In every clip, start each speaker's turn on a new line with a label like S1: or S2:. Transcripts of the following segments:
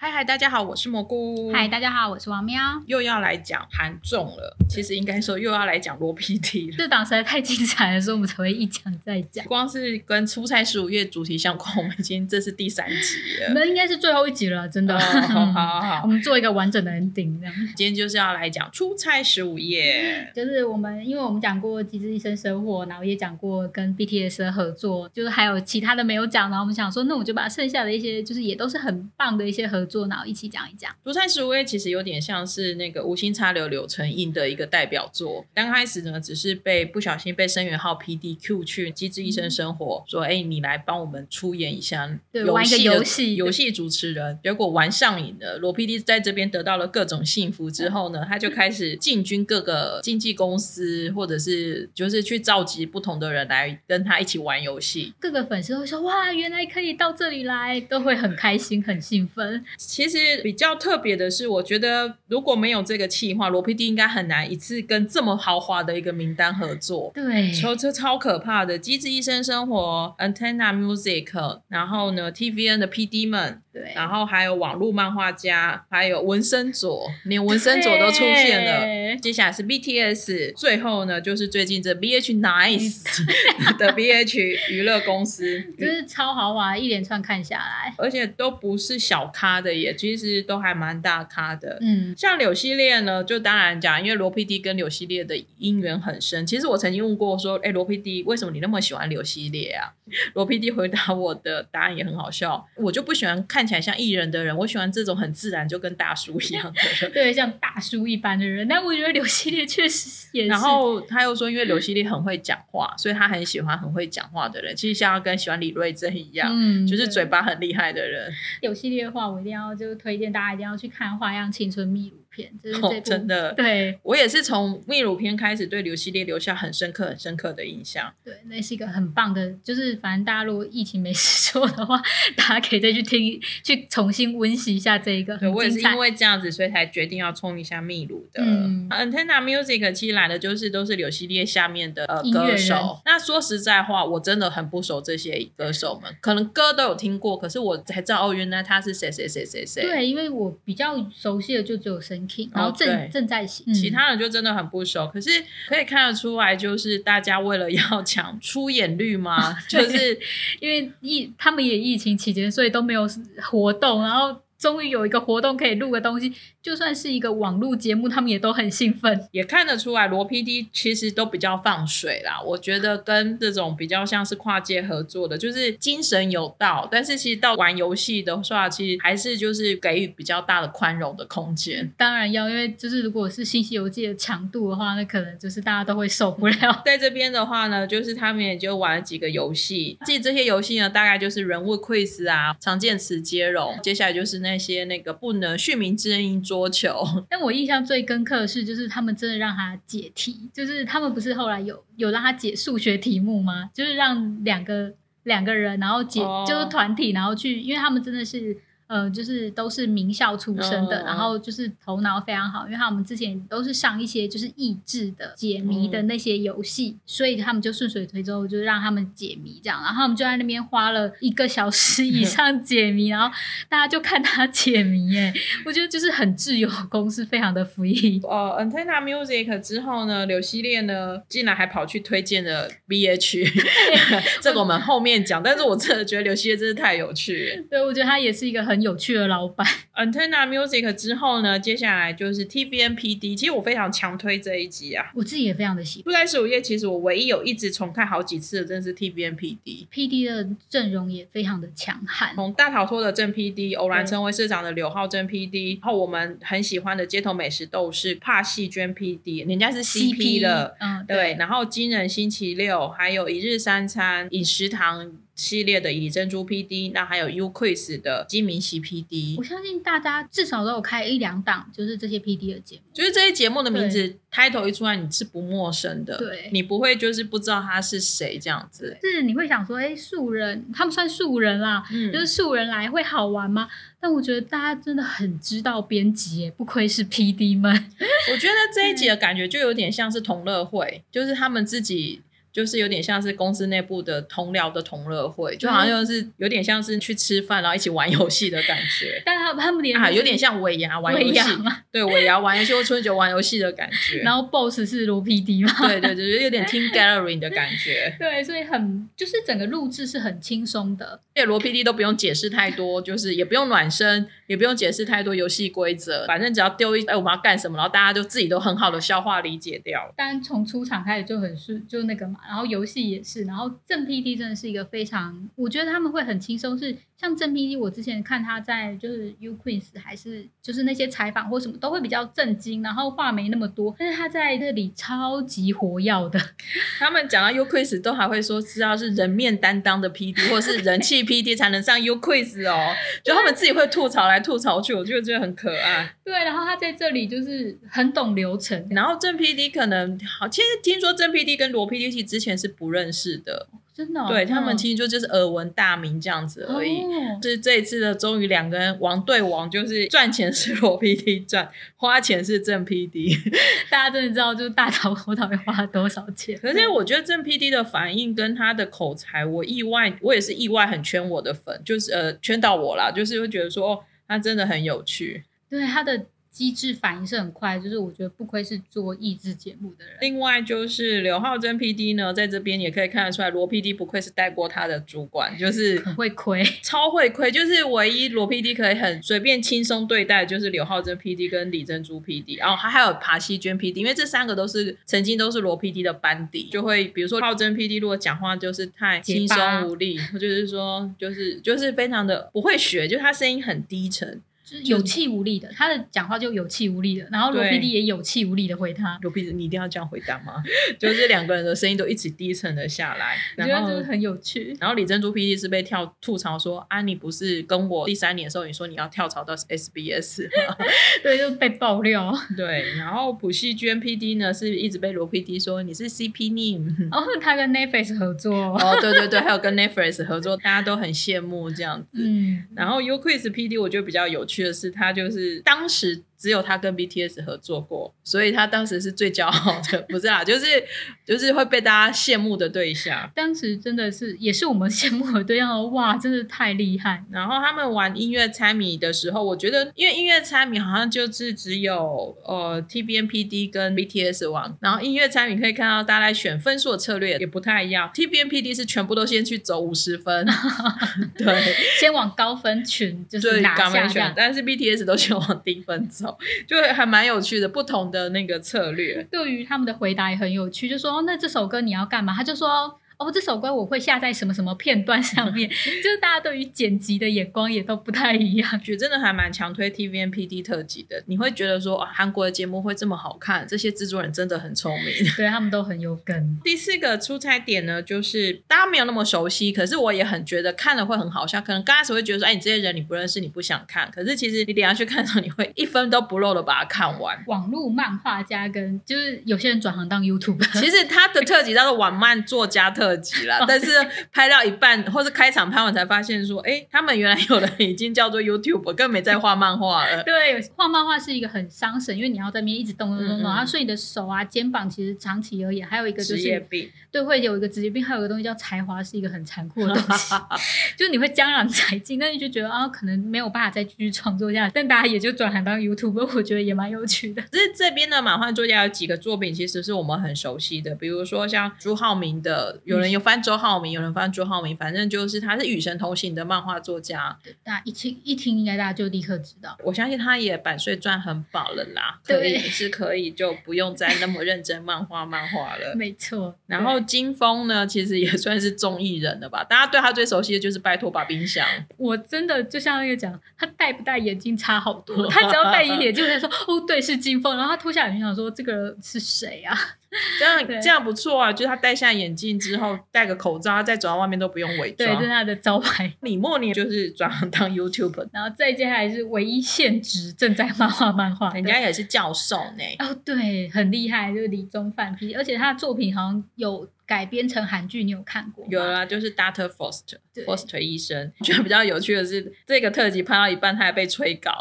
S1: 嗨，大家好，我是蘑菇。
S2: 嗨，大家好，我是王喵。
S1: 又要来讲韩综了，其实应该说又要来讲罗 PD 了。
S2: 这档实在太精彩了，所以我们才会一讲再讲。
S1: 光是跟出差十五夜主题相关，我们已经这是第三集了。
S2: 那应该是最后一集了，真的。
S1: 哦好好好
S2: 我们做一个完整的 ending，这样。
S1: 今天就是要来讲出差十五夜，
S2: 就是我们，因为我们讲过《机智医生生活》，然后也讲过跟 BTS 的合作，就是还有其他的没有讲，然后我们想说，那我就把剩下的一些，就是也都是很棒的一些合作，然后一起讲一讲。
S1: 出差十五夜其实有点像是那个无心插柳柳成荫的一个代表作。刚开始呢，只是被不小心被声源浩 PDQ 去机智医生生活，说：“哎、你来帮我们出演一下
S2: 嗯对玩一个
S1: 游
S2: 游戏
S1: 游戏主持人。”结果玩上瘾了。罗 PD 在这边得到了各种幸福
S2: 嗯
S1: 之后呢，他就开始进军各个经纪公司，或者是就是去召集不同的人来跟他一起玩游戏。
S2: 各个粉丝都会说，哇，原来可以到这里来，都会很开心、很兴 奋。
S1: 其实比较特别的是，我觉得如果没有这个企划，罗 PD 应该很难一次跟这么豪华的一个名单合作。
S2: 对，
S1: 超超超可怕的！机智医生生活、Antenna Music，然后呢，TVN 的 PD 们，
S2: 对，
S1: 然后还有网络漫画家，还有纹身佐，连纹身佐都出现了。
S2: 对
S1: 接下来是 BTS，最后呢就是最近这 BH Nice 的 BH 娱乐公司，
S2: 就是超豪华，一连串看下来，
S1: 而且都不是小咖的耶，其实都还蛮大咖的。
S2: 嗯，
S1: 像柳系列呢，就当然讲，因为罗 PD 跟柳系列的因缘很深。其实我曾经问过说，哎、罗 PD 为什么你那么喜欢柳系列啊？罗 PD 回答我的答案也很好笑，我就不喜欢看起来像艺人的人，我喜欢这种很自然就跟大叔一样的 人。
S2: 对，像大叔一般的人。但我觉得柳 系列确实也是，
S1: 然后他又说，因为柳系列很会讲话，所以他很喜欢很会讲话的人。其实像他跟喜欢李瑞珍一样，
S2: 嗯，
S1: 就是
S2: 对
S1: 嘴巴很厉害的人。
S2: 柳系列的话，我一定要就是推荐大家一定要去看《花样青春秘鲁片》，就是 这
S1: 哦，
S2: 部、
S1: 真的，
S2: 对
S1: 我也是从秘鲁片开始对刘系列留下很深刻、很深刻的印象。
S2: 对，那是一个很棒的，就是反正大家如果疫情没事做的话，大家可以再去听，去重新温习一下这一个
S1: 对
S2: 很
S1: 我也是
S2: 精彩
S1: 因。为这样子，所以才决定要冲一下秘鲁的。
S2: 嗯
S1: Antenna Music 其实来的就是都是柳系列下面的呃
S2: 音乐
S1: 歌
S2: 人
S1: 手。那说实在话，我真的很不熟这些歌手们，可能歌都有听过，可是我才知道哦，原来他是谁谁谁谁谁。，
S2: 对，因为我比较熟悉的就只有神 King，然后正、
S1: 哦对
S2: 正在写，
S1: 其他人就真的很不熟。可是可以看得出来，就是大家为了要抢出演率嘛， 就是
S2: 因为疫他们也疫情期间，所以都没有活动，然后终于有一个活动可以录个东西，就算是一个网络节目，他们也都很兴奋。
S1: 也看得出来，罗 PD 其实都比较放水啦。我觉得跟这种比较像是跨界合作的，就是精神有道，但是其实到玩游戏的话，其实还是就是给予比较大的宽容的空间。
S2: 当然要，因为就是如果是《新西游记》的强度的话，那可能就是大家都会受不了。
S1: 在这边的话呢，就是他们也就玩了几个游戏，其实这些游戏呢，大概就是人物 quiz 啊、常见词接龙，接下来就是那些那个不能续名之音桌球，
S2: 但我印象最深刻的是，就是他们真的让他解题，就是他们不是后来有有让他解数学题目吗？就是让两个两个人，然后解、
S1: 哦
S2: 就是团体，然后去，因为他们真的是。呃，就是都是名校出身的，
S1: 嗯
S2: 然后就是头脑非常好，因为他们之前都是上一些就是益智的解谜
S1: 嗯
S2: 的那些游戏，所以他们就顺水推舟，就让他们解谜这样，然后他们就在那边花了一个小时以上解谜，然后大家就看他解谜耶，我觉得就是很自由公司非常的福利。
S1: 呃，Antenna Music 之后呢，柳熙烈呢，竟然还跑去推荐了 BH，这个我们后面讲。但是我真的觉得柳熙烈真是太有趣
S2: 对，我觉得他也是一个很有趣的老板。
S1: 了。Antenna Music 之后呢，接下来就是 TVNPD，其实我非常强推这一集啊。
S2: 我自己也非常的喜欢
S1: 不在十五夜，其实我唯一有一直重看好几次的，真的是 TVNPD。
S2: ，P.D. 的阵容也非常的强悍。
S1: 从大逃脱的郑 PD，偶然
S2: 对
S1: 成为社长的柳浩正 PD，然后我们很喜欢的街头美食斗士帕细娟 PD，人家是 CP 了，
S2: 嗯，
S1: 对，，然后惊人星期六，还有一日三餐饮食堂系列的以珍珠 PD，那还有 U Quiz 的金明熙 PD
S2: 我。相信大家至少都有开一两档，就是这些 P.D. 的节目。
S1: 就是这些节目的名字开头一出来，你是不陌生的，
S2: 对
S1: 你不会就是不知道他是谁这样子，
S2: 是你会想说，哎，素人，他们算素人啦，
S1: 嗯
S2: 就是素人来会好玩吗？但我觉得大家真的很知道编辑耶，不愧是 P.D. 们。 嗯
S1: 我觉得这一集的感觉就有点像是同乐会，就是他们自己就是有点像是公司内部的同僚的同乐会，就
S2: 嗯
S1: 好像就是有点像是去吃饭然后一起玩游戏的感 觉
S2: 但他他们连
S1: 啊，有点像尾牙玩游
S2: 尾
S1: 戏
S2: 牙，嘛，
S1: 对尾牙玩游戏或春酒玩游戏的感觉。
S2: 然后 BOSS 是罗 PD 嘛，
S1: 对对对，就有点 team gathering 的感觉。
S2: 对，所以很就是整个录制是很轻松的，
S1: 而且罗 PD 都不用解释太多，就是也不用暖身，也不用解释太多游戏规则，反正只要丢一哎我们要干什么，然后大家就自己都很好的消化理解掉了。
S2: 但从出场开始就很是就那个嘛，然后游戏也是，然后正 PD 真的是一个非常，我觉得他们会很轻松，是像正 PD，我之前看他在就是 U Queens 还是就是那些采访或什么都会比较震惊，然后话没那么多，但是他在那里超级活跃的，
S1: 他们讲到 U Quiz 都还会说，知道是人面担当的 PD 或是人气 PD 才能上 U Quiz 哦，就他们自己会吐槽来吐槽去，我就觉得很可爱。
S2: 对，然后他在这里就是很懂流程，
S1: 然后郑 PD 可能好，其实听说郑 PD 跟罗 PD 其实之前是不认识的，
S2: 真的哦、
S1: 对他们
S2: 嗯
S1: 其实就就是耳闻大名这样子而已。
S2: 哦
S1: 就是这一次的，终于两个人王对王，就是赚钱是罗 PD 赚，花钱是郑 PD。
S2: 大家真的知道，就是大 逃国到底花了多少 钱？
S1: 可是我觉得郑 PD 的反应跟他的口才，我意外，我也是意外很圈我的粉，就是呃圈到我啦，就是会觉得说哦，他真的很有趣。
S2: 对他的机制反应是很快，就是我觉得不愧是做益智节目的人。
S1: 另外就是刘浩珍 PD 呢，在这边也可以看得出来，罗 PD 不愧是带过他的主管，就是
S2: 很会亏，
S1: 超会亏，就是唯一罗 PD 可以很随便轻松对待，就是刘浩珍 PD 跟李珍珠 PD，然后还还有爬西娟 PD，因为这三个都是曾经都是罗 PD 的班底，就会比如说浩珍 PD 如果讲话就是太轻
S2: 结巴
S1: 松无力，就是说就是就是非常的不会学，就是他声音很低沉，
S2: 就是有气无力的。他的讲话就有气无力的，然后罗
S1: 对
S2: PD 也有气无力的回他，
S1: 罗 PD 你一定要这样回答吗？ 就是两个人的声音都一直低沉的下来，
S2: 我觉
S1: 然
S2: 得
S1: 后
S2: 就是很有趣。
S1: 然后李珍珠 PD 是被跳吐槽说啊，你不是跟我第三年的时候你说你要跳槽到 SBS 吗？
S2: 对，就被爆料，
S1: 对，然后普希娟 PD 呢是一直被罗 PD 说你是 CP name。
S2: 然后他跟 Netflix 合作，
S1: 哦，对对对，还有跟 Netflix 合作，大家都很羡慕这样子。
S2: 嗯，
S1: 然后 UQuiz PD 我觉得比较有趣的是，他就是当时只有他跟 BTS 合作过，所以他当时是最骄傲的， 不是啦，就是就是会被大家羡慕的对象。
S2: 当时真的是也是我们 羡慕的对象哦，哇，真的太厉害，
S1: 然后他们玩音乐猜谜的时候，我觉得因为音乐猜谜好像就是只有呃 TBNPD 跟 BTS 玩，然后音乐猜谜可以看到大家来选分数的策略也不太一样，TBNPD 是全部都先去走五十分， 对，
S2: 先往高分群就是
S1: 对
S2: 拿
S1: 港
S2: 下
S1: 美
S2: 这
S1: 选
S2: 样，。
S1: 但是 BTS 都先往低分走，就还蛮有趣的，不同的那个策略。
S2: 对于他们的回答也很有趣，就说、哦那这首歌你要干嘛？他就说哦，这首歌我会下在什么什么片段上 面，就是大家对于剪辑的眼光也都不太一样。
S1: 觉得真的还蛮强推 TVNPD 特辑的，你会觉得说、啊、韩国的节目会这么好看，这些制作人真的很聪明。
S2: 对他们都很有梗，
S1: 第四个出差点呢，就是大家没有那么熟悉，可是我也很觉得看了会很好笑。可能刚开始会觉得说，哎，你这些人你不认识，你不想看。可是其实你等一下去看的时候，你会一分都不漏的把它看完。
S2: 网络漫画家跟就是有些人转行当 YouTube，，
S1: 其实他的特辑叫做晚漫作家特辑啦但是拍到一半或是开场拍完才发现说，哎，他们原来有人已经叫做 YouTube，更没在画漫画了。
S2: 对，有画漫画是一个很伤神，因为你要在那边一直动动
S1: 嗯
S2: 动
S1: 嗯
S2: 动，然后所以你的手啊、肩膀其实长期而言，还有一个就
S1: 职业
S2: 是
S1: 病，
S2: 对会有一个职业病，还有一个东西叫才华，是一个很残酷的东 西。就是你会江郎才尽，但你就觉得啊，可能没有办法再继续创作下去，但大家也就转行当 YouTube，我觉得也蛮有趣的。
S1: 只是这边的满汉作家有几个作品，其实是我们很熟悉的，比如说像朱浩明的，有
S2: 嗯
S1: 人有翻周浩明，有人翻朱浩明，反正就是他是与神同行的漫画作家，
S2: 大家一听一听，应该大家就立刻知道。
S1: 我相信他也版税赚很饱了啦，可
S2: 对
S1: 以是可以就不用再那么认真漫画漫画 了。
S2: 没错，
S1: 然后金峰呢，其实也算是综艺人了吧，大家对他最熟悉的就是拜托把冰箱，
S2: 我真的就像那个讲，他戴不戴眼镜差好 多。他只要戴一眼镜，我就说哦，对，是金凤。然后他脱下眼镜，想说这个是谁啊？
S1: 这样
S2: 对
S1: 这样不错啊，就是他戴下眼镜之后，戴个口罩，他再走到外面都不用伪
S2: 对，这是
S1: 装。
S2: 他的招牌。
S1: 李默妮就是转行当 YouTube，
S2: 然后再接下来是唯一现职正在漫画漫画的，
S1: 人家也是教授呢。
S2: 哦，对，很厉害，就是李宗范 P，而且他的作品好像有改编成韩剧，你有看过吗？
S1: 有啊啦，就是 Doctor Foster
S2: 对
S1: Foster 医生。 觉得比较有趣的是，这个特辑拍到一半，他还被催稿，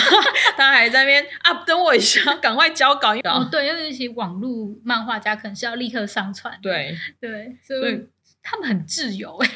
S1: 他还在那边啊，等我一下，赶快交稿。
S2: 哦，对，因为一些网络漫画家可能是要立刻上传的。
S1: 对，
S2: 对，所以
S1: 所以
S2: 他们很自由哎、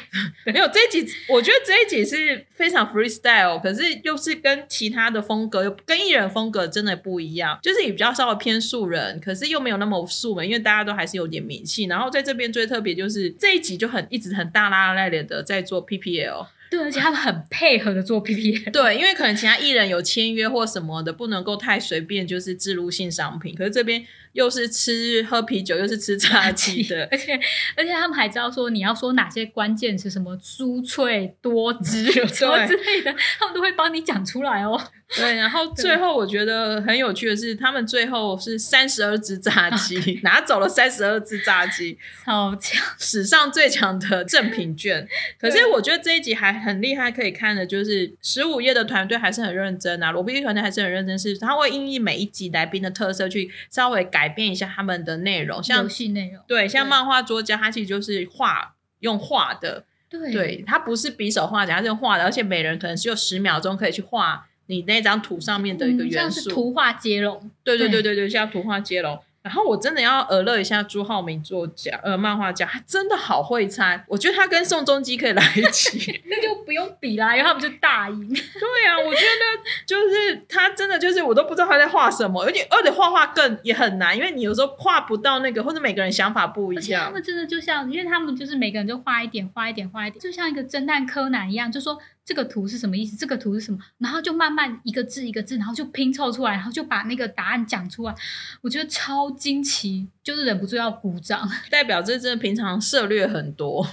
S1: 没有这一集，我觉得这一集是非常 freestyle，可是又是跟其他的风格，跟艺人风格真的不一样，就是也比较稍微偏素人，可是又没有那么素人，因为大家都还是有点名气。然后在这边最特别就是这一集就很一直很大拉拉咧的在做 PPL，
S2: 对，而且他们很配合的做 PPL。，
S1: 对，因为可能其他艺人有签约或什么的，不能够太随便就是置入性商品，可是这边又是吃喝啤酒，又是吃炸鸡的
S2: 而且而且他们还知道说你要说哪些关键词，什么酥脆多 汁什么之类的，他们都会帮你讲出来哦。
S1: 对，然后最后我觉得很有趣的是，他们最后是三十二只炸鸡，拿走了三十二只炸鸡，
S2: 超强！
S1: 史上最强的赠品 券。可是我觉得这一集还很厉害，可以看的就是十五页的团队还是很认真啊，罗 PD 团队还是很认真，是他会因应每一集来宾的特色去稍微改变一下他们的内容， 像
S2: 游戏内容，
S1: 对像
S2: 对
S1: 漫画作家，他其实就是画用画的，
S2: 对
S1: 对，它不是比手画脚，它是用画的，而且每人可能只有十秒钟可以去画你那张图上面的一个
S2: 嗯像
S1: 元
S2: 是
S1: 素。
S2: 图画接龙，
S1: 对对对对对，像图画接龙。然后我真的要耳乐一下朱浩明作家，呃，漫画家，他真的好会猜。我觉得他跟宋仲基可以来一 起。
S2: 那就不用比啦，因为他们就大赢。
S1: 对啊，我觉得就是他真的就是我都不知道他在画什么，而且而且画画更也很难，因为你有时候画不到那个，或者每个人想法不一
S2: 而且他
S1: 样。
S2: 们真的就像，因为他们就是每个人就画一点，画一点，画一点，就像一个侦探柯南一样，就说这个图是什么意思，这个图是什么，然后就慢慢一个字一个字，然后就拼凑出来，然后就把那个答案讲出来。我觉得超惊奇，就是忍不住要鼓掌。
S1: 代表这真的平常涉略很多。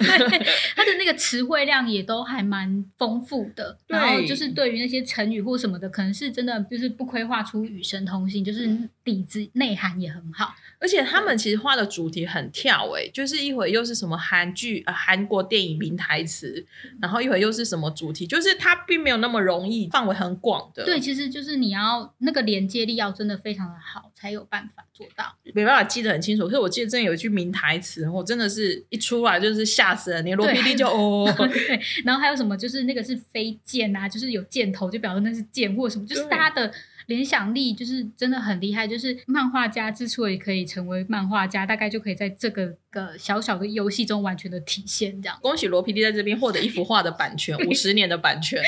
S2: 他的那个词汇量也都还蛮丰富的，
S1: 对
S2: 然后就是对于那些成语或什么的，可能是真的就是不规划出与神同行，就是底子内涵也很好。
S1: 而且他们其实画的主题很跳诶、就是一会又是什么韩剧、呃、韩国电影名台词，
S2: 嗯
S1: 然后一会又是什么主题，就是它并没有那么容易，范围很广的，
S2: 对，，其实就是你要那个连接力要真的非常的好，才有办法做到。
S1: 没办法记得很清楚。可是我记得真的有一句名台词，我真的是一出来就是吓死人，连罗
S2: 对
S1: PD 就哦，
S2: 对，然后还有什么就是那个是飞箭啊，就是有箭头就表示那是箭或什么，就是
S1: 对
S2: 大家的联想力就是真的很厉害。就是漫画家之所以可以成为漫画家，大概就可以在这个个小小的游戏中完全的体现这样。
S1: 恭喜罗 PD 在这边获得一幅画的版 权，五十年的版权，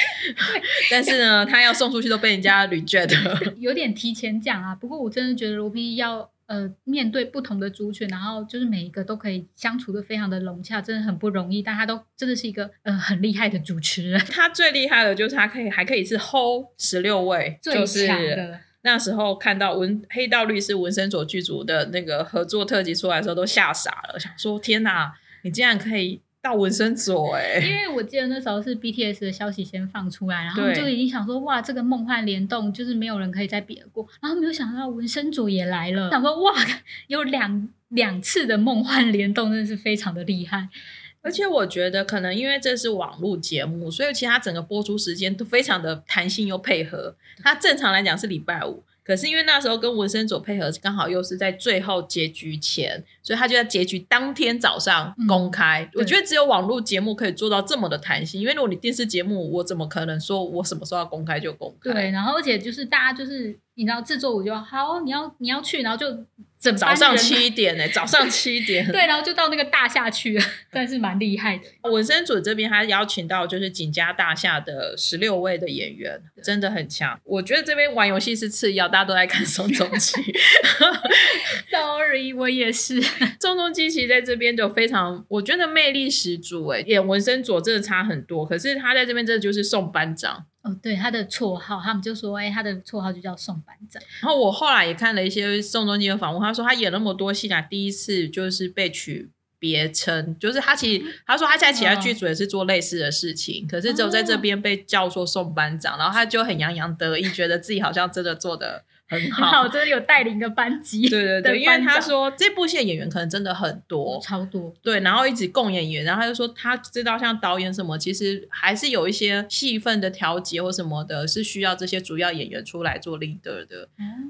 S1: 但是呢，他要送出去都被人家 reject 了。
S2: 有点提前讲啊，不过我真的觉得罗 PD 要呃面对不同的族群，然后就是每一个都可以相处的非常的融洽，真的很不容易。但他都真的是一个呃很厉害的主持人，
S1: 他最厉害的就是他可以还可以是 hold 十六位，
S2: 最
S1: 就是
S2: 强的。
S1: 那时候看到文黑道律师文森佐剧组的那个合作特辑出来的时候，都吓傻了，想说天哪，你竟然可以到文森佐哎、
S2: 因为我记得那时候是 BTS 的消息先放出来，然后
S1: 对
S2: 就已经想说哇，这个梦幻联动就是没有人可以再比得过。然后没有想到文森佐也来了，想说哇，有两两次的梦幻联动，真的是非常的厉害。
S1: 而且我觉得可能因为这是网络节目，所以其实它整个播出时间都非常的弹性又配合。它正常来讲是礼拜五，可是因为那时候跟文森佐配合，刚好又是在最后结局前，所以他就在结局当天早上公开。
S2: 嗯对
S1: 我觉得只有网络节目可以做到这么的弹性，因为如果你电视节目，我怎么可能说我什么时候要公开就公开？
S2: 对，然后而且就是大家就是你知道制作组就好，你要你要去，然后就整
S1: 早
S2: 班
S1: 上
S2: 人
S1: 七点呢、早上七点。
S2: 对，然后就到那个大厦去了， 但是蛮厉害的。
S1: 文森佐这边他邀请到就是景家大厦的十六位的演员，真的很强。我觉得这边玩游戏是次要，大家都在看宋仲基。
S2: Sorry，我也是。
S1: 宋仲基其实在这边就非常，我觉得魅力十足诶、演文森佐真的差很多，可是他在这边真的就是宋班长。
S2: 哦，对，他的绰号，他们就说，哎、他的绰号就叫宋班长。
S1: 然后我后来也看了一些宋仲基的访问，他说他演那么多戏啊，第一次就是被取别称，就是他其
S2: 嗯
S1: 实他说他在其他剧组也是做类似的事情，可是只有在这边被叫做宋班长，然后他就很洋洋得意，觉得自己好像真的做的很
S2: 很好，
S1: 好。
S2: 真的有带领一个班级。
S1: 对对对，
S2: 的
S1: 因为
S2: 班
S1: 他
S2: 长
S1: 说这部戏的演员可能真的很多，
S2: 超多，
S1: 对，然后一直共演员，然后他就说他知道像导演什么，其实还是有一些戏份的调节或什么的，是需要这些主要演员出来做 leader 的。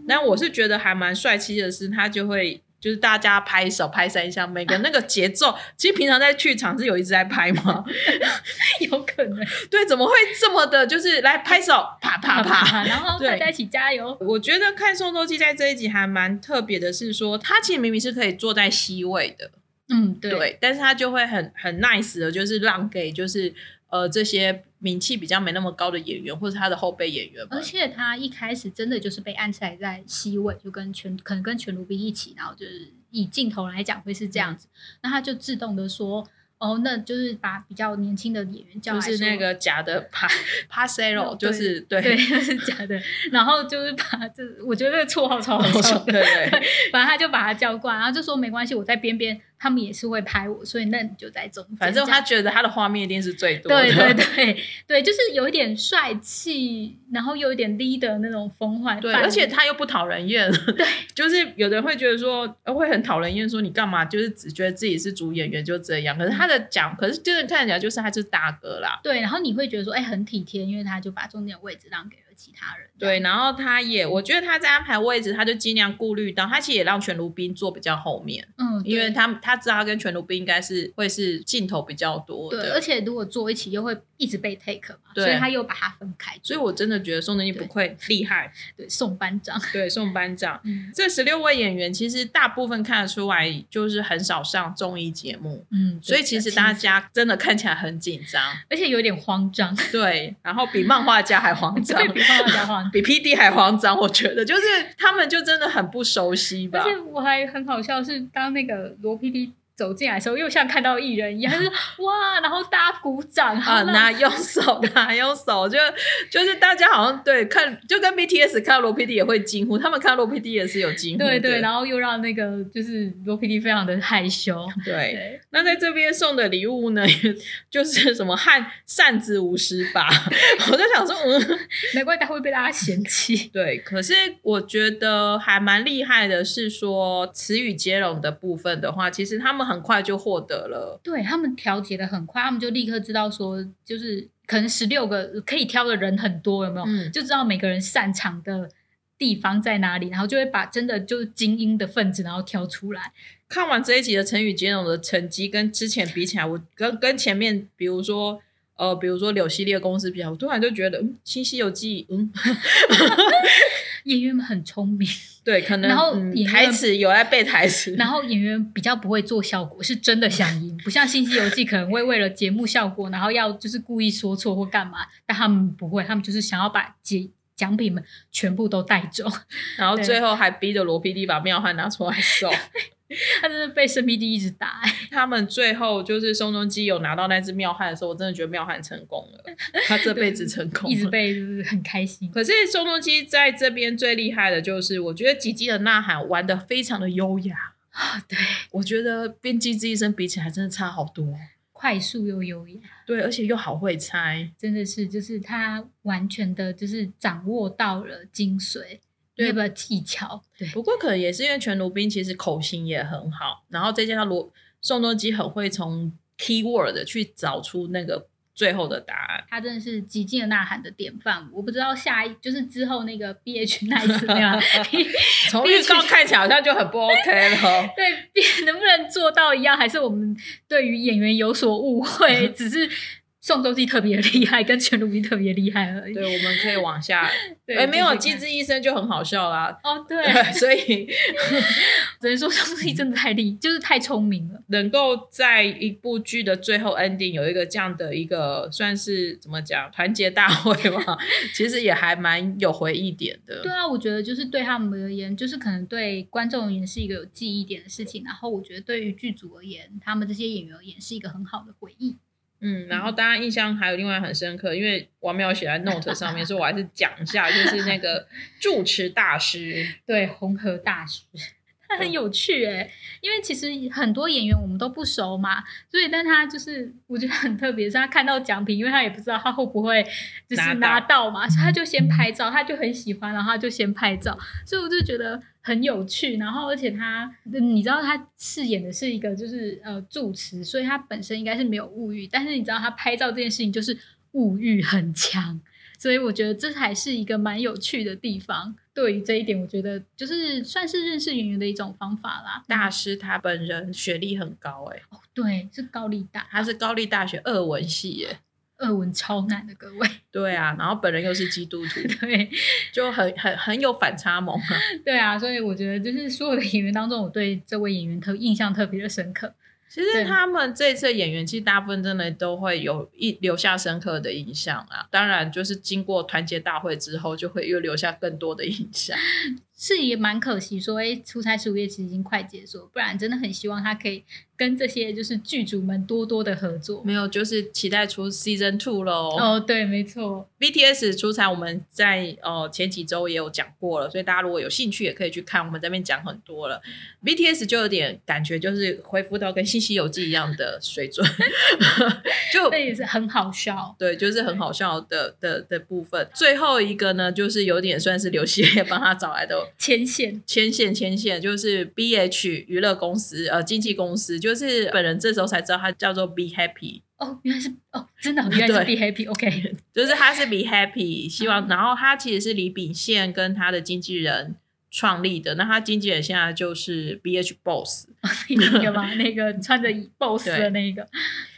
S1: 但我是觉得还蛮帅气的是，他就会就是大家拍手拍三下，每个那个节奏，其实平常在剧场是有一直在拍吗？
S2: 有可能
S1: 对，怎么会这么的？就是来拍手，啪啪 啪。
S2: 然后
S1: 对
S2: 大家一起加油。
S1: 我觉得看《宋仲基》在这一集还蛮特别的，是说他其实明明是可以坐在 C 位的，
S2: 嗯，对，
S1: 对，但是他就会很很 nice 的，就是让给就是呃这些名气比较没那么高的演员或者他的后备演员
S2: 而
S1: 们。
S2: 且他一开始真的就是被暗来在 C 位，就跟全可能跟全卢宾一起，然后就是以镜头来讲会是这样子，那他就自动的说，哦，那就是把比较年轻的演员叫
S1: 就
S2: 来说
S1: 是那个假的帕 帕塞罗，
S2: 对
S1: 就是哦对
S2: 对， 是假的。然后就是把这，我觉得这个绰 号超好笑
S1: 对
S2: 的。
S1: 对，
S2: 反正他就把他叫过来，然后就说没关系，我在边边，他们也是会拍我，所以那你就在中间。
S1: 反正
S2: 这
S1: 他
S2: 样
S1: 觉得他的画面一定是最多的。
S2: 对对对 对，就是有一点帅气，然后有一点 leader 那种风范。
S1: 对，
S2: 范
S1: 而且他又不讨人厌，对， 就是有的人会觉得说，呃会很讨人厌，说你干嘛，就是只觉得自己是主演员就这样。可是他的讲，可是真的看起来就是他是大哥啦，
S2: 对，然后你会觉得说，哎、很体贴，因为他就把重点位置让给了其他人。
S1: 对。然后他也，我觉得他在安排位置，他就尽量顾虑到，他其实也让全卢宾坐比较后面，
S2: 嗯，
S1: 因为
S2: 对。
S1: 他他知道他跟全卢宾应该是会是镜头比较多
S2: 对，而
S1: 的。
S2: 且如果坐一起又会一直被 take 嘛，
S1: 对
S2: 所以他又把它分开，
S1: 所以我真的觉得宋仲基不愧厉害，
S2: 对宋班长，
S1: 对宋班长。
S2: 嗯
S1: 这十六位演员其实大部分看得出来，就是很少上综艺节目，
S2: 嗯，
S1: 所以其实大家真的看起来很紧张，
S2: 而且有点 慌张，
S1: 对，然后比漫画家还慌张
S2: 对，比画家慌张。
S1: 比 P D 还慌张，我觉得就是他们就真的很不熟悉吧
S2: 而。且我还很好笑，是当那个罗 PD 走进来的时候，又像看到艺 人一样，就是哇，然后大家鼓掌
S1: 啊，
S2: 然后
S1: 拿用手，拿用手，就就是大家好像对看，就跟 BTS 看到罗 PD 也会惊呼，他们看到罗 PD 也是有惊呼的，
S2: 对对，然后又让那个就是罗 PD 非常的害羞，
S1: 对
S2: 对，
S1: 那在这边送的礼物呢，就是什么扇扇子五十把， 我就想说，嗯，
S2: 难怪他会被大家嫌弃。
S1: 对，可是我觉得还蛮厉害的，是说词语接龙的部分的话，其实他们很快就获得了。
S2: 对他们调节的很快，他们就立刻知道说，就是可能十六个可以挑的人很多，有没有？
S1: 嗯，
S2: 就知道每个人擅长的地方在哪里，然后就会把真的就是精英的分子，然后挑出来。
S1: 看完这一集的成语接龙的成绩，跟之前比起来，我跟跟前面，比如说。呃，比如说柳溪列公司比较，我突然就觉得，嗯，《新西游记》，嗯，
S2: 演员们很聪明，
S1: 对，可能
S2: 然后
S1: 嗯
S2: 演员
S1: 台词有在背台词，
S2: 然后演员比较不会做效果，是真的想赢，不像《信息游记》可能会为了节目效果，然后要就是故意说错或干嘛，但他们不会，他们就是想要把节奖品们全部都带走。
S1: 然后
S2: 对
S1: 最后还逼着罗 PD 把妙汉拿出来 送。
S2: 他真的被生命力一直打、
S1: 他们最后就是宋仲基有拿到那只妙汉的时候，我真的觉得妙汉成功了，他这辈子成功了，
S2: 一直被就是很开心。
S1: 可是宋仲基在这边最厉害的就是，我觉得吉吉的呐喊玩的非常的优雅，
S2: 对，
S1: 我觉得编辑之一生比起来真的差好多。
S2: 快速又优雅，
S1: 对，而且又好会猜，
S2: 真的是就是他完全的就是掌握到了精髓，
S1: 对
S2: 那个技巧。对，
S1: 不过可能也是因为全卢宾其实口型也很好，然后再加上罗宋仲基很会从 keyword 去找出那个最后的答案。
S2: 他真的是极尽的呐喊的典范。我不知道下一就是之后那个 B H Nice 那 样，
S1: 从预告看起来好像就很不 OK 了。
S2: 对，变能不能做到一样，还是我们对于演员有所误会， 只是宋仲基特别厉害，跟全卢宾特别厉害而 已。
S1: 对，我们可以往下。
S2: 对，
S1: 哎，没有，机
S2: 继续看
S1: 智医生就很好笑啦。
S2: 哦，对，
S1: 对， 所以
S2: 只能说宋仲基真的太厉，就是太聪明了。
S1: 能够在一部剧的最后 ending 有一个这样的一个算是怎么讲团结大会嘛， 其实也还蛮有回忆点的。
S2: 对啊，我觉得就是对他们而言，就是可能对观众而言是一个有记忆点的事情，然后我觉得对于剧组而言，他们这些演员而言是一个很好的回忆。
S1: 嗯，然后大家印象还有另外很深刻，因为王淼写在 note 上 面，所以我还是讲一下，就是那个住持大师，
S2: 对，红河大师。他很有趣哎、因为其实很多演员我们都不熟嘛，所以但他就是我觉得很特别，是他看到奖品，因为他也不知道他会不会就是
S1: 拿
S2: 拿到嘛，所以他就先拍照，他就很喜欢，然后他就先拍照，所以我就觉得很有趣。然后而且他，嗯你知道他饰演的是一个就是呃住持，所以他本身应该是没有物欲，但是你知道他拍照这件事情就是物欲很强，所以我觉得这还是一个蛮有趣的地方。对于这一点，我觉得就是算是认识演员的一种方法啦。
S1: 大师他本人学历很高、欸，哎，
S2: 哦，对，是高利贷，
S1: 他是高丽大学俄文系、耶。
S2: 俄文超难的，各位。
S1: 对啊，然后本人又是基督徒，
S2: 对
S1: 就很很很有反差萌啊。
S2: 对啊，所以我觉得就是所有的演员当中，我对这位演员特印象特别的深刻。
S1: 其
S2: 对
S1: 实他们这次的演员，其实大部分真的都会有一留下深刻的印象啊。当然，就是经过团结大会之后，就会又留下更多的印象。
S2: 是也蛮可惜说，哎，出差十五夜其实已经快结束了，不然真的很希望他可以跟这些就是剧组们多多的合作。
S1: 没有，就是期待出 Season Two 喽。
S2: 哦，对，没错，
S1: BTS 出差，我们在呃前几周也有讲过了，所以大家如果有兴趣也可以去看，我们这边讲很多了。BTS 就有点感觉就是恢复到跟《新西游记》一样的水准， 就
S2: 那也是很好笑。
S1: 对，就是很好笑的的的部分。最后一个呢，就是有点算是刘希烈 帮他找来的
S2: 牵线，
S1: 牵线牵线，就是 B H 娱乐公司呃经纪公司，就是本人这时候才知道他叫做 Be Happy，
S2: 哦，原来是哦，真的，原来是 Be Happy，OK，、
S1: 就是他是 Be Happy，希望，然后他其实是李秉宪跟他的经纪人。创立的，那他经纪人现在就是 B H Boss。
S2: 那个吗？ 那个穿着 BOSS 的那个，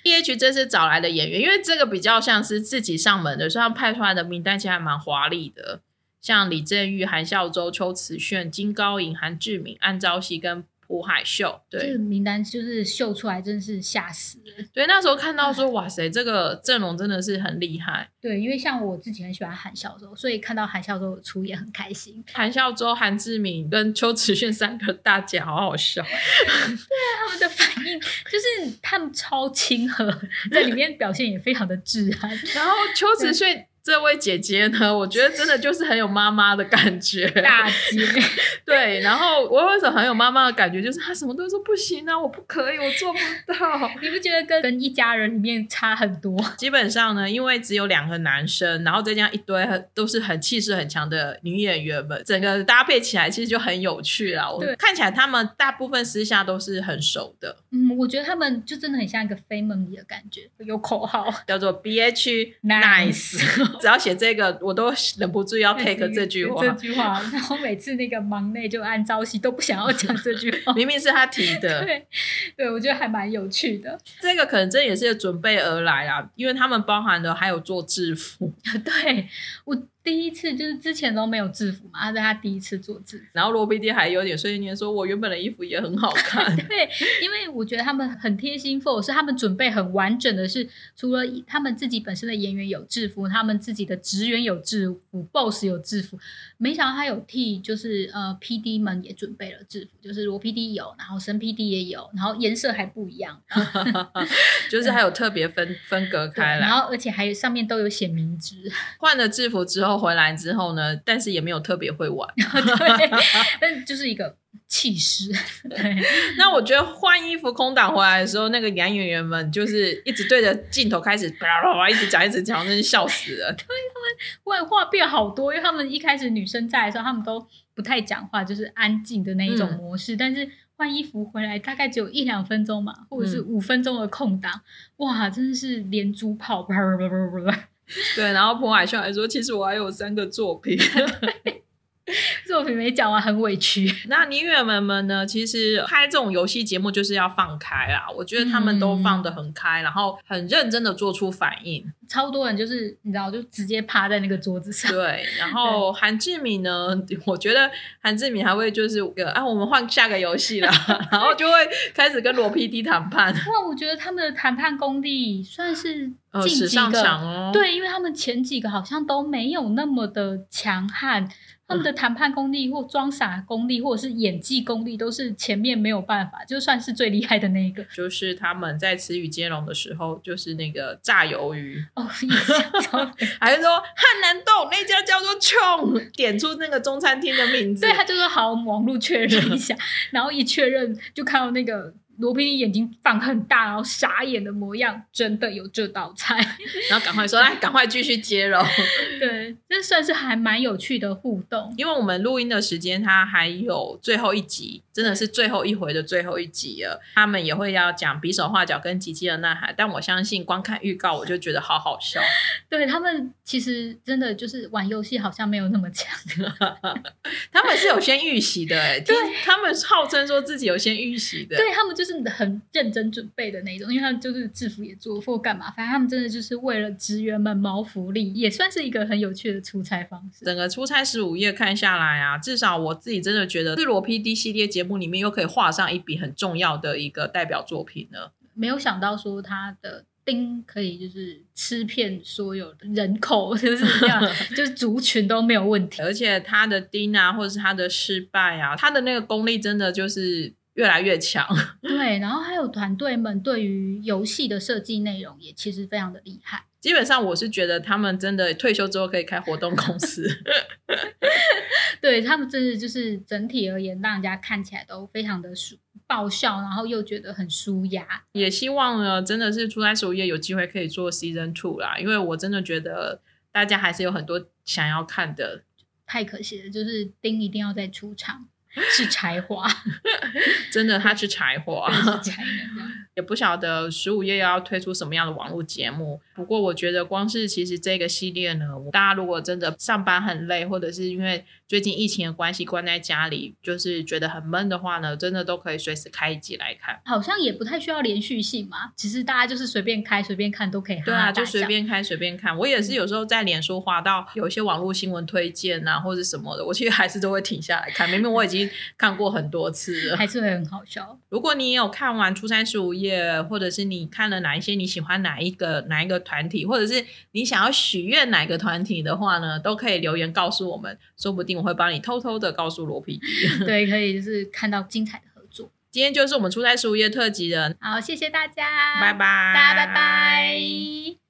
S1: B H 这次找来的演员，因为这个比较像是自己上门的，所以他们派出来的名单其实还蛮华丽的，像李正玉、韩孝周、邱慈炫、金高银、韩志敏、安昭熙跟朴海秀。
S2: 这
S1: 对，
S2: 个名单就是秀出来，真是吓死了。
S1: 对，那时候看到说，哇塞，这个阵容真的是很厉害。
S2: 对，因为像我自己很喜欢韩孝周，所以看到韩孝周出也很开心。
S1: 韩孝周、韩志敏跟邱慈炫三个大姐，好好笑。
S2: 他们的反应就是他们超亲和，在里面表现也非常的自然。
S1: 然后邱慈炫这位姐姐呢，我觉得真的就是很有妈妈的感觉。
S2: 大姐，
S1: 对，然后我为什么很有妈妈的感觉，就是她什么都说不行啊，我不可以，我做不到。
S2: 你不觉得跟跟一家人里面差很多？
S1: 基本上呢，因为只有两个男生，然后再加上一堆很都是很气势很强的女演员们，整个搭配起来其实就很有趣啦。我
S2: 对
S1: 看起来他们大部分私下都是很熟的，
S2: 嗯，我觉得他们就真的很像一个 family 的感觉，有口号。
S1: 叫做 B H
S2: Nice
S1: 只要写这个，我都忍不住要 take 这句话。
S2: 这。句话。然后每次那个忙内就按朝夕都不想要讲这句话
S1: 明明是他提 的，
S2: 对，对，我觉得还蛮有趣的。
S1: 这个可能真也是准备而来啦，因为他们包含的还有做制服，
S2: 对我第一次就是之前都没有制服嘛，他是他第一次做制服。
S1: 然后罗 PD 还有点碎碎念说，我原本的衣服也很好看，
S2: 对，因为我觉得他们很贴心，或者是他们准备很完整的是，除了他们自己本身的演员有制服，他们自己的职员有制服，boss 有制服，没想到他有替就是呃 P D 们也准备了制服，就是罗 P D 有，然后沈 P D 也有，然后颜色还不一样，
S1: 就是还有特别分分隔
S2: 对
S1: 开
S2: 然
S1: 来。
S2: 后而且还有上面都有写名 字，
S1: 换了制服之后回来之后呢，但是也没有特别会玩。
S2: 对， 但就是一个气势，对。
S1: 那我觉得换衣服空档回来的时候，那个男演员们就是一直对着镜头开始啪啦啪啦一直讲一直讲，真是笑死人。
S2: 外话变好多，因为他们一开始女生在的时候，他们都不太讲话，就是安静的那一种
S1: 嗯
S2: 模式。但是换衣服回来，大概只有一两分钟嘛，或者
S1: 嗯
S2: 是五分钟的空档，哇，真的是连珠炮， 啪啪啪啪啪啪
S1: 对，然后彭海秀还说，其实我还有三个作品。
S2: 作品没讲完，很委屈。
S1: 那女演员们呢？其实拍这种游戏节目就是要放开啦，我觉得他们
S2: 嗯
S1: 都放得很开，然后很认真的做出反应。
S2: 超多人就是你知道，就直接趴在那个桌子上。
S1: 对，然后韩志敏呢，我觉得韩志敏还会就是个啊，我们换下个游戏啦， 然后就会开始跟罗 PD 谈判，
S2: 哇，我觉得他们的谈判功力算是
S1: 呃，
S2: 近
S1: 史
S2: 几
S1: 上
S2: 个
S1: 强哦。。
S2: 对，因为他们前几个好像都没有那么的强悍，他们的谈判功力或装傻功力，或者是演技功力，都是前面没有办法，就算是最厉害的那一个。
S1: 就是他们在词语接龙的时候，就是那个炸鱿鱼，
S2: 哦，印象 中
S1: 还是说汉南洞那家叫做 Chong，点出那个中餐厅的名字
S2: 对，，他就说好，我们网络确认一下，然后一确认就看到那个。罗 PD 眼睛放很大，然后傻眼的模样，真的有这道菜。
S1: 然后赶快说，来，赶快继续接喽。
S2: 对，这算是还蛮有趣的互动。
S1: 因为我们录音的时间，它还有最后一集，真的是最后一回的最后一集了。他们也会要讲比手画脚跟吉吉的呐喊，但我相信光看预告我就觉得好好笑。
S2: 对他们其实真的就是玩游戏好像没有那么强，
S1: 他们是有先预习的、欸，听他们号称说自己有先预习的，
S2: 对他们就是很认真准备的那一种，因为他们就是制服也做或干嘛，反正他们真的就是为了职员们谋福利，也算是一个很有趣的出差方式。
S1: 整个出差十五夜看下来啊，至少我自己真的觉得是罗 PD 系列节目里面又可以画上一笔很重要的一个代表作品了。
S2: 没有想到说他的丁可以就是吃遍所有的人口，就是这样，就是族群都没有问题。
S1: 而且他的丁啊，或者是他的失败啊，他的那个功力真的就是越来越强。
S2: 对，然后还有团队们对于游戏的设计内容也其实非常的厉害。
S1: 基本上我是觉得他们真的退休之后可以开活动公司，
S2: 对他们真的就是整体而言，让人家看起来都非常的舒爆笑，然后又觉得很舒压。
S1: 也希望呢真的是出差十五夜有机会可以做 season two 啦，因为我真的觉得大家还是有很多想要看的。
S2: 太可惜了，就是丁一定要再出场，是 柴花，
S1: 真的，他是柴火，
S2: 是柴人这样。
S1: 也不晓得十五夜要推出什么样的网络节目。不过我觉得，光是其实这个系列呢，大家如果真的上班很累，或者是因为最近疫情的关系关在家里，就是觉得很闷的话呢，真的都可以随时开一集来看。
S2: 好像也不太需要连续性嘛，其实大家就是随便开随便看都可以哈哈
S1: 对
S2: 大
S1: 啊，
S2: 笑。
S1: 就随便开随便看。我也是有时候在脸书滑到有一些网络新闻推荐啊，或者什么的，我其实还是都会停下来看。明明我已经看过很多次了。
S2: 还是会很好笑。
S1: 如果你也有看完《初三十五夜》，或者是你看了哪一些你喜欢哪一个哪一个团体，或者是你想要许愿哪个团体的话呢，都可以留言告诉我们，说不定我会帮你偷偷的告诉罗皮迪。
S2: 对，可以就是看到精彩的合作。
S1: 今天就是我们《初三十五夜》特辑人，
S2: 好，谢谢大家，
S1: 拜拜，
S2: 大家拜拜。